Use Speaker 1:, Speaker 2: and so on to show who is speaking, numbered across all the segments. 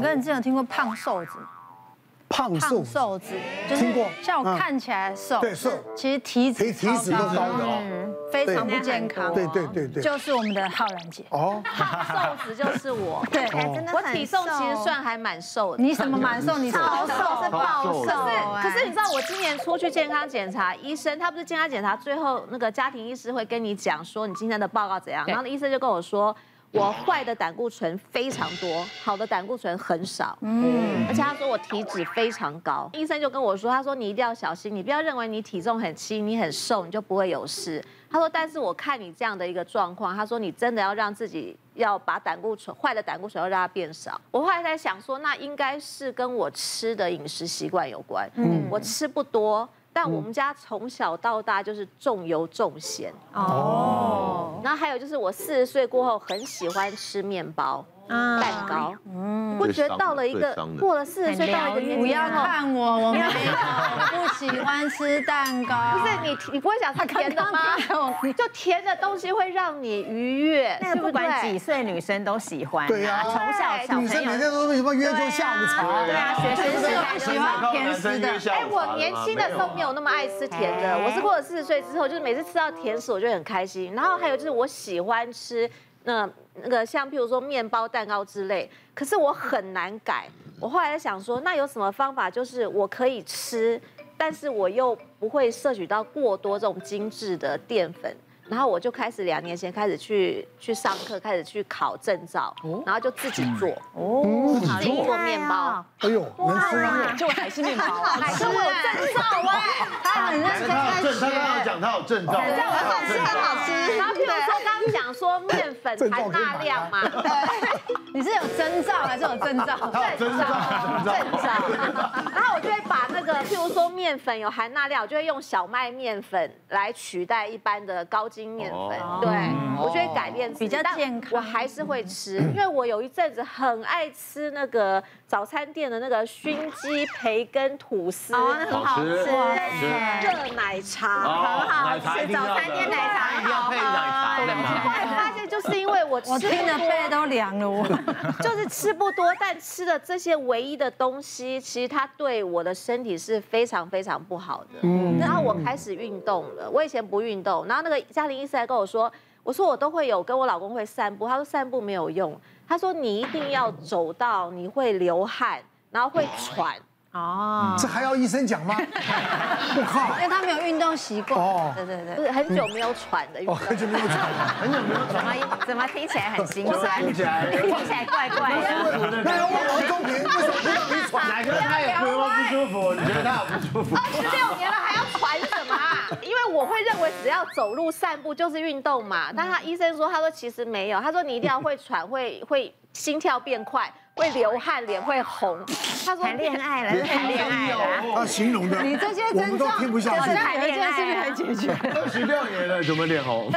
Speaker 1: 个人之前有听过胖瘦子，
Speaker 2: 胖瘦
Speaker 1: 胖瘦子就是
Speaker 2: 听过
Speaker 1: 像我
Speaker 2: 嗯
Speaker 1: 看起来瘦，
Speaker 2: 对瘦
Speaker 1: 其实体脂
Speaker 2: 体体脂
Speaker 1: 超
Speaker 2: 都高的哦
Speaker 1: 嗯非常不健康。
Speaker 2: 对对对对，
Speaker 1: 就是我们的浩然姐。
Speaker 2: 哦，
Speaker 3: 胖瘦子就是我，
Speaker 1: 对，
Speaker 2: 哦
Speaker 3: 我体重其实算还蛮瘦的。
Speaker 1: 你什么蛮瘦？你超瘦，哎
Speaker 4: 是暴瘦
Speaker 3: 可是你知道，我今年出去健康检查，医生他不是健康检查，最后那个家庭医师会跟你讲说你今天的报告怎样，
Speaker 1: 对
Speaker 3: 然后医生就跟我说。我坏的胆固醇非常多，好的胆固醇很少。嗯，而且他说我体脂非常高，医生就跟我说，他说你一定要小心，你不要认为你体重很轻，你很瘦，你就不会有事。他说，但是我看你这样的一个状况，他说你真的要让自己要把胆固醇坏的胆固醇要让它变少。我后来在想说，那应该是跟我吃的饮食习惯有关。嗯，我吃不多，但我们家从小到大就是重油重咸。哦，然后还有就是我四十岁过后很喜欢吃面包、
Speaker 5: 啊
Speaker 3: 蛋糕。嗯，我觉得到了一
Speaker 4: 最
Speaker 3: 个
Speaker 4: 伤的
Speaker 3: 过了四十岁到了一个年
Speaker 1: 不
Speaker 3: 纪之
Speaker 1: 要
Speaker 3: 后。
Speaker 1: 看我，我没有，不喜欢吃蛋糕。
Speaker 3: 不是你，你不会想吃甜 的吗？就甜的东西会让你愉悦，
Speaker 5: 那
Speaker 3: 对
Speaker 5: 个不
Speaker 3: 对
Speaker 5: 管几岁女生都喜欢、
Speaker 2: 对呀
Speaker 5: 从小小
Speaker 2: 女生每
Speaker 5: 朋
Speaker 2: 天
Speaker 5: 友。
Speaker 2: 都什么约就下午茶，
Speaker 5: 对啊，学生时代
Speaker 1: 喜欢甜食的。
Speaker 3: 哎，我年轻的时候没有那么爱吃甜的，我是过了四十岁之后，就是每次吃到甜食我就很开心。然后还有就是我喜欢吃那那个像譬如说面包、蛋糕之类，可是我很难改。我后来在想说，那有什么方法就是我可以吃，但是我又不会摄取到过多这种精致的淀粉。然后我就开始两年前开始去去上课，开始去考证照，然后就自己做，嗯
Speaker 2: 哦，
Speaker 3: 哦自己做面包。
Speaker 2: 哎呦，能吃吗？
Speaker 5: 就还是面包，还是
Speaker 1: 哎他很认真
Speaker 4: 他
Speaker 1: 在
Speaker 4: 有证，他刚刚
Speaker 1: 学。
Speaker 4: 讲他有证照，
Speaker 3: 好吃。然后譬如说刚刚讲说面粉含钠量 嘛，
Speaker 1: 你是有征兆还是有征兆？
Speaker 4: 他有证照，证照，
Speaker 3: 正常。然后我就会把那个譬如说面粉有含钠量，我就会用小麦面粉来取代一般的高筋面粉。
Speaker 4: 哦
Speaker 3: 对，
Speaker 4: 嗯
Speaker 3: 我就会改变
Speaker 1: 比较健康
Speaker 3: 但我还是会 吃，因为我有一阵子很爱吃那个早餐店的那个熏鸡培根吐司。
Speaker 4: 好吃，
Speaker 3: 热奶茶，
Speaker 4: 哦好吃，早餐店奶茶一定要配奶
Speaker 3: 后来发现就是因为我吃
Speaker 1: 我听
Speaker 3: 的
Speaker 1: 的背都凉了，我。
Speaker 3: 就是吃不多，但吃的这些唯一的东西，其实它对我的身体是非常非常不好的。然后我开始运动了，我以前不运动，然后那个家庭医师还跟我说，我说我都会有跟我老公会散步，他说散步没有用，他说你一定要走到你会流汗，然后会喘。
Speaker 5: 哦
Speaker 2: 这还要医生讲吗？我靠
Speaker 1: 因，为他没有运动习
Speaker 2: 哦
Speaker 1: 惯。对对
Speaker 3: 就
Speaker 1: 对，
Speaker 3: 是很久没有喘的运
Speaker 2: 哦，
Speaker 3: 动，
Speaker 2: 很久没有讲了。
Speaker 4: 很久没有
Speaker 5: 怎么怎么听起来很辛苦，
Speaker 4: 听起来，
Speaker 5: 听起来怪怪的。
Speaker 2: 那要问王中平，为什么不让你喘？
Speaker 4: 哪个他也不用不舒服，你觉得他有不舒服？
Speaker 3: 十六年了还要传什么啊？因为我会认为只要走路散步就是运动嘛。
Speaker 5: 嗯
Speaker 3: 但他医生说，他说其实没有，他说你一定要会 喘，会会心跳变快，会流汗，脸会红。他说
Speaker 5: 谈恋爱了，谈恋爱了，
Speaker 2: 他哦啊形容的，
Speaker 1: 你这些
Speaker 2: 我们
Speaker 1: 征
Speaker 2: 都
Speaker 1: 兆，
Speaker 2: 听不下
Speaker 1: 好
Speaker 2: 去。
Speaker 1: 像有一件事情很解决。
Speaker 4: 二十六年了，怎么脸红？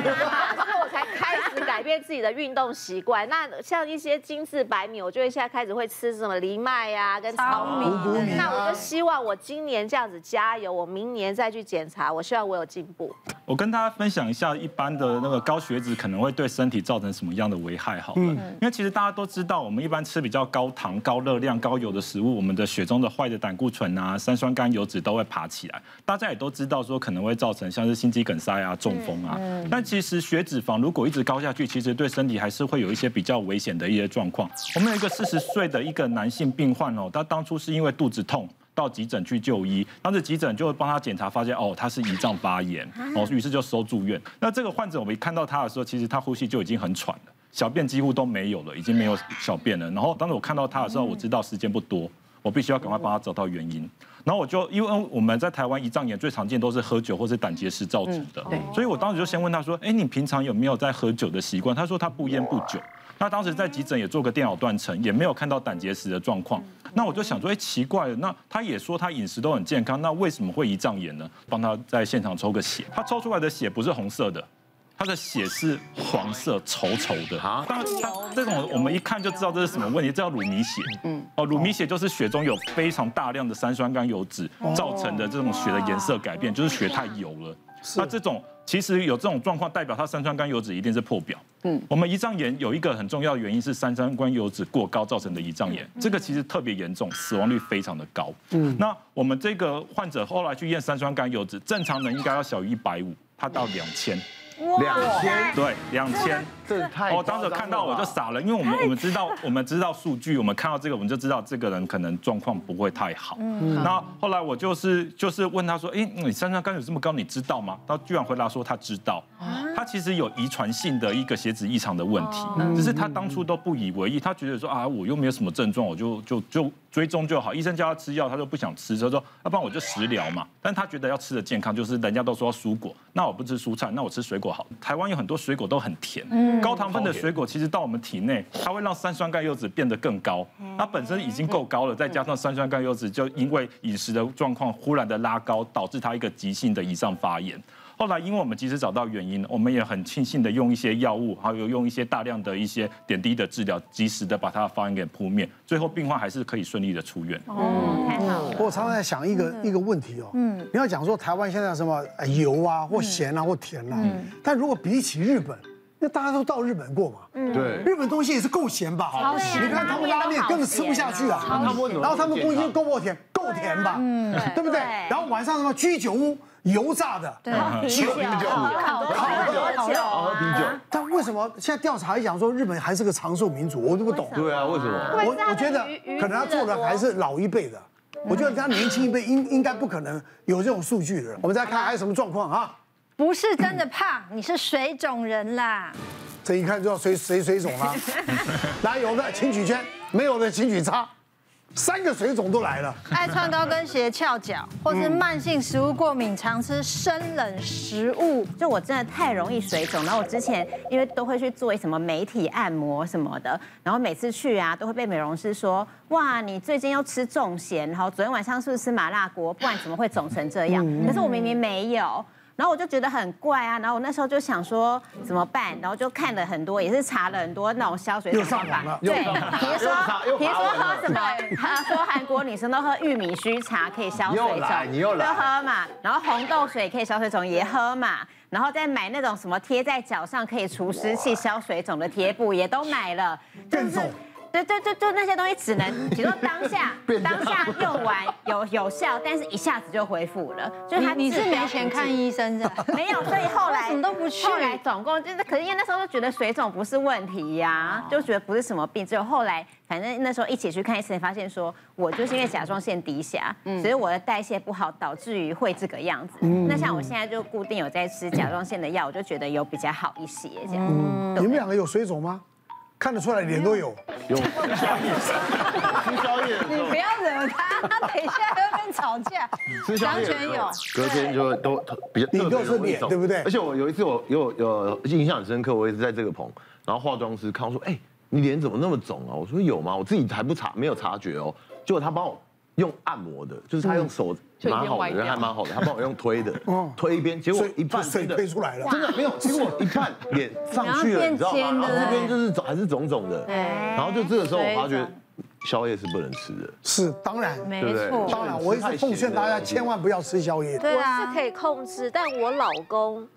Speaker 3: 所以我才开始改变自己的运动习惯。那像一些精致白米，我就会现在开始会吃什么藜麦呀、跟糙米。
Speaker 2: 谷米啊
Speaker 3: 那我就希望我今年这样子加油，我明年再去检查，我希望我有进步。
Speaker 6: 我跟大家分享一下一般的那个高血脂可能会对身体造成什么样的危害好了，因为其实大家都知道，我们一般吃比较高糖、高热量、高油的食物，我们的血中的坏的胆固醇啊、三酸甘油脂都会爬起来。大家也都知道说可能会造成像是心肌梗塞啊、中风啊。但其实血脂肪如果一直高下去，其实对身体还是会有一些比较危险的一些状况。我们有一个四十岁的一个男性病患哦，他当初是因为肚子痛。到急诊去就医，当时急诊就帮他检查，发现哦，他是胰脏发炎，哦，于是就收住院。那这个患者，我们一看到他的时候，其实他呼吸就已经很喘了，小便几乎都没有了，已经没有小便了。然后当时我看到他的时候，我知道时间不多，我必须要赶快帮他找到原因。然后我就因为我们在台湾胰脏炎最常见都是喝酒或是胆结石造成的，所以我当时就先问他说：“哎，你平常有没有在喝酒的习惯？”他说他不烟不酒。那当时在急诊也做个电脑断层，也没有看到胆结石的状况。那我就想说，哎、奇怪了，那他也说他饮食都很健康，那为什么会胰脏炎呢？帮他在现场抽个血，他抽出来的血不是红色的。他的血是黄色稠稠的，
Speaker 4: 啊
Speaker 6: 当然他这种我们一看就知道这是什么问题，这叫乳糜血。嗯，哦，乳糜血就是血中有非常大量哦的三酸甘油脂造成的这种血的颜色改变，就是血太油了。那这种其实有这种状况，代表它三酸甘油脂一定是破表。嗯，我们胰脏炎有一个很重要的原因是三酸甘油脂过高造成的胰脏炎，这个其实特别严重，死亡率非常的高。嗯，那我们这个患者后来去验三酸甘油脂，正常人应该要小于一百五，他到两千，
Speaker 2: 两千，
Speaker 6: 对，两千。
Speaker 4: 这太
Speaker 6: 哦，当时看到我就傻了，因为我们我们知道我们知道数据，我们看到这个我们就知道这个人可能状况不会太好。嗯，那后来我就是就是问他说，哎，你三酸甘油这么高，你知道吗？他居然回答说他知道，他其实有遗传性的一个血脂异常的问题，只是他当初都不以为意，他觉得说啊，我又没有什么症状，我就就就追踪就好。医生叫他吃药，他就不想吃，他说要不然我就食疗嘛。但他觉得要吃的健康，就是人家都说要蔬果，那我不吃蔬菜，那我吃水果好。台湾有很多水果都很甜，高糖分的水果其实到我们体内，它会让三酸甘油脂变得更高。它本身已经够高了，再加上三酸甘油脂就因为饮食的状况忽然的拉高，导致它一个急性的胰脏发炎。后来，因为我们及时找到原因，我们也很庆幸的用一些药物，还有用一些大量的一些点滴的治疗，及时的把它的发炎给扑灭。最后，病患还是可以顺利的出院。
Speaker 2: 我常常在想一个一个问题哦，嗯，你要讲说台湾现在什么呃油啊，或咸啊，或甜啊，但如果比起日本，那大家都到日本过嘛，
Speaker 4: 对，
Speaker 2: 日本东西也是够咸吧？好
Speaker 5: 咸
Speaker 2: 你看他们拉面根本吃不下去啊。然后他们东西够不甜，够甜吧？嗯，对不对？然后晚上什么居酒屋油炸的，对，酒
Speaker 5: 烤烤烤肉，
Speaker 4: 喝啤酒，
Speaker 2: 但为什么现在调查还讲说日本还是个长寿民族？我都不懂。
Speaker 4: 对啊，为什么？
Speaker 2: 我我觉得可能他做的还是老一辈的，我觉得他年轻一辈应应该不可能有这种数据的。我们再看还有什么状况啊？
Speaker 1: 不是真的胖，你是水肿人啦。
Speaker 2: 这一看就要水水水肿了。来，有的请举圈，没有的请举叉，三个水肿都来了。
Speaker 1: 爱穿高跟鞋、翘脚，或是慢性食物过敏，常吃生冷食物。
Speaker 5: 就我真的太容易水肿，然后我之前因为都会去做什么美体按摩什么的，然后每次去啊都会被美容师说，哇，你最近又吃重咸，然后昨天晚上是不是吃麻辣锅，不然怎么会肿成这样？
Speaker 4: 嗯
Speaker 5: 可是我明明没有。然后我就觉得很怪啊，然后我那时候就想说怎么办，然后就看了很多，也是查了很多那种消水
Speaker 2: 又
Speaker 5: 肿
Speaker 2: 上网了
Speaker 5: 对，
Speaker 4: 又上网了
Speaker 5: 比如
Speaker 4: 又查又
Speaker 5: 说比如
Speaker 4: 查
Speaker 5: 说
Speaker 4: 完了
Speaker 5: 喝什么，他说韩国女生都喝玉米须茶可以消水
Speaker 4: 又来
Speaker 5: 肿，
Speaker 4: 你又来
Speaker 5: 就喝喝嘛，然后红豆水可以消水肿也喝嘛，然后再买那种什么贴在脚上可以除湿气、消水肿的贴布也都买了，
Speaker 2: 更
Speaker 5: 是
Speaker 2: 肿
Speaker 5: 对对对，就那些东西只能，比如说当下当下用完有有效，但是一下子就恢复了，就是它
Speaker 1: 你你
Speaker 5: 治
Speaker 1: 是
Speaker 5: 标
Speaker 1: 没钱
Speaker 5: 不治
Speaker 1: 看医生的，
Speaker 5: 没有，所以后来
Speaker 1: 为什么都不去
Speaker 5: 后来总共就是，可是因为那时候就觉得水肿不是问题
Speaker 1: 啊
Speaker 5: 呀、就觉得不是什么病。只有后来，反正那时候一起去看医生，发现说我就是因为甲状腺低下，
Speaker 1: 嗯
Speaker 5: 所以我的代谢不好，导致于会这个样子。那像我现在就固定有在吃甲状腺的药，我就觉得有比较好一些这样。
Speaker 1: 嗯
Speaker 2: 你们两个有水肿吗？看得出来脸都有。
Speaker 4: 吃宵夜，
Speaker 1: 你不要惹他，他等一下要跟你吵架。
Speaker 4: 吃宵夜的时
Speaker 1: 完全
Speaker 4: 候
Speaker 1: 有，
Speaker 4: 隔天就都都比较
Speaker 2: 你都是
Speaker 4: 特别容易
Speaker 2: 脸
Speaker 4: 肿
Speaker 2: 对不对
Speaker 4: 而且我有一次我有有印象很深刻，我也是在这个棚，然后化妆师看我说，哎，你脸怎么那么肿啊？我说有吗？我自己还不察没有察觉哦，结果他帮我。用按摩的，就是他用手
Speaker 7: 就已经
Speaker 4: 蛮好的，
Speaker 7: 歪掉
Speaker 4: 人还蛮好的，他帮我用推的
Speaker 2: 嗯 哦，
Speaker 4: 推一边，结果
Speaker 2: 所以
Speaker 4: 一半
Speaker 2: 就水
Speaker 4: 真的
Speaker 2: 推出来了
Speaker 4: 真的没有，结果一半脸上去了，你知道吗？
Speaker 1: 然
Speaker 4: 然
Speaker 1: 后变尖的
Speaker 4: 后这边就是肿还是肿肿的，然后就这个时候我发觉宵夜是不能吃的，
Speaker 2: 是，当然，
Speaker 1: 没
Speaker 4: 对不对
Speaker 1: 错，
Speaker 2: 当然，我一直奉劝大家千万不要吃宵夜。
Speaker 1: 对
Speaker 3: 我
Speaker 1: 啊
Speaker 3: 是可以控制，但我老公，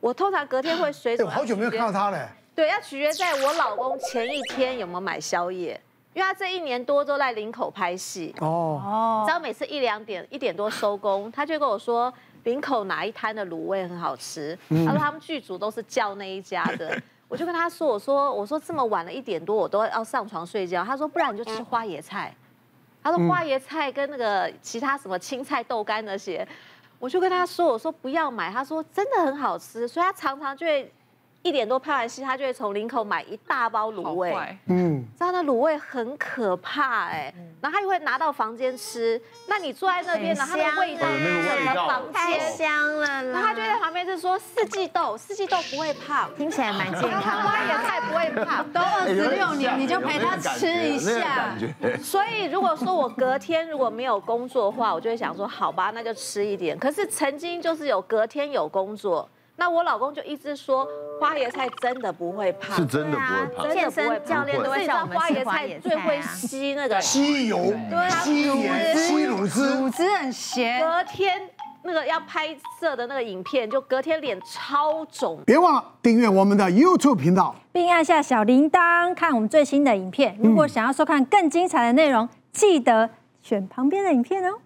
Speaker 3: 我通常隔天会水
Speaker 2: 哎，
Speaker 3: 肿。
Speaker 2: 我好久没有看到他了。
Speaker 3: 对，要取决在我老公前一天有没有买宵夜，因为他这一年多都在林口拍戏，
Speaker 2: 哦，
Speaker 3: 只要每次一两点一点多收工，他就跟我说林口哪一摊的卤味很好吃，
Speaker 2: 嗯
Speaker 3: 他说他们剧组都是叫那一家的。我就跟他说，我说我说这么晚了一点多，我都要上床睡觉。他说不然你就吃花椰菜，他
Speaker 4: 嗯
Speaker 3: 说花椰菜跟那个其他什么青菜豆干那些，我就跟他说，我说不要买，他说真的很好吃，所以他常常就会一点多拍完戏，他就会从林口买一大包卤
Speaker 7: 好
Speaker 3: 味。
Speaker 7: 怪，
Speaker 2: 嗯，
Speaker 3: 知道那卤味很可怕哎、然后他又会拿到房间吃，那你坐在那边，然后它的味道
Speaker 4: 哦那个味
Speaker 3: 整
Speaker 4: 道
Speaker 3: 个房
Speaker 5: 哦
Speaker 3: 间，
Speaker 5: 香了
Speaker 3: 然后他就在旁边就说四季豆，四季豆不会胖，
Speaker 5: 听起来蛮健
Speaker 3: 然后
Speaker 5: 康
Speaker 3: 花
Speaker 5: 的。
Speaker 3: 椰菜不会胖，
Speaker 1: 都二
Speaker 4: 哎
Speaker 1: 十六年，你就陪他吃一
Speaker 4: 有那个
Speaker 1: 下
Speaker 4: 感。觉有那个感觉
Speaker 3: 所以如果说我隔天如果没有工作的话，我就会想说好吧，那就吃一点。可是曾经就是有隔天有工作，那我老公就一直说花椰菜真的不会胖，
Speaker 4: 是真的不会
Speaker 3: 啊
Speaker 4: 胖。
Speaker 5: 健身教练都
Speaker 3: 可是
Speaker 5: 会
Speaker 3: 你知
Speaker 5: 叫
Speaker 3: 道
Speaker 5: 我们
Speaker 3: 花
Speaker 5: 吃
Speaker 3: 椰
Speaker 5: 花
Speaker 3: 菜
Speaker 5: 椰
Speaker 3: 最
Speaker 5: 菜
Speaker 3: 会
Speaker 5: 啊。
Speaker 3: 吸那个
Speaker 1: 啊
Speaker 2: 吸油、吸盐、吸乳汁，
Speaker 1: 乳汁很咸，
Speaker 3: 隔天那个要拍摄的那个影片，就隔天脸超肿。
Speaker 2: 别忘了订阅我们的 YouTube 频道。
Speaker 1: 并按下小铃铛看我们最新的影片。如果想要收看更精彩的内容，记得选旁边的影片哦。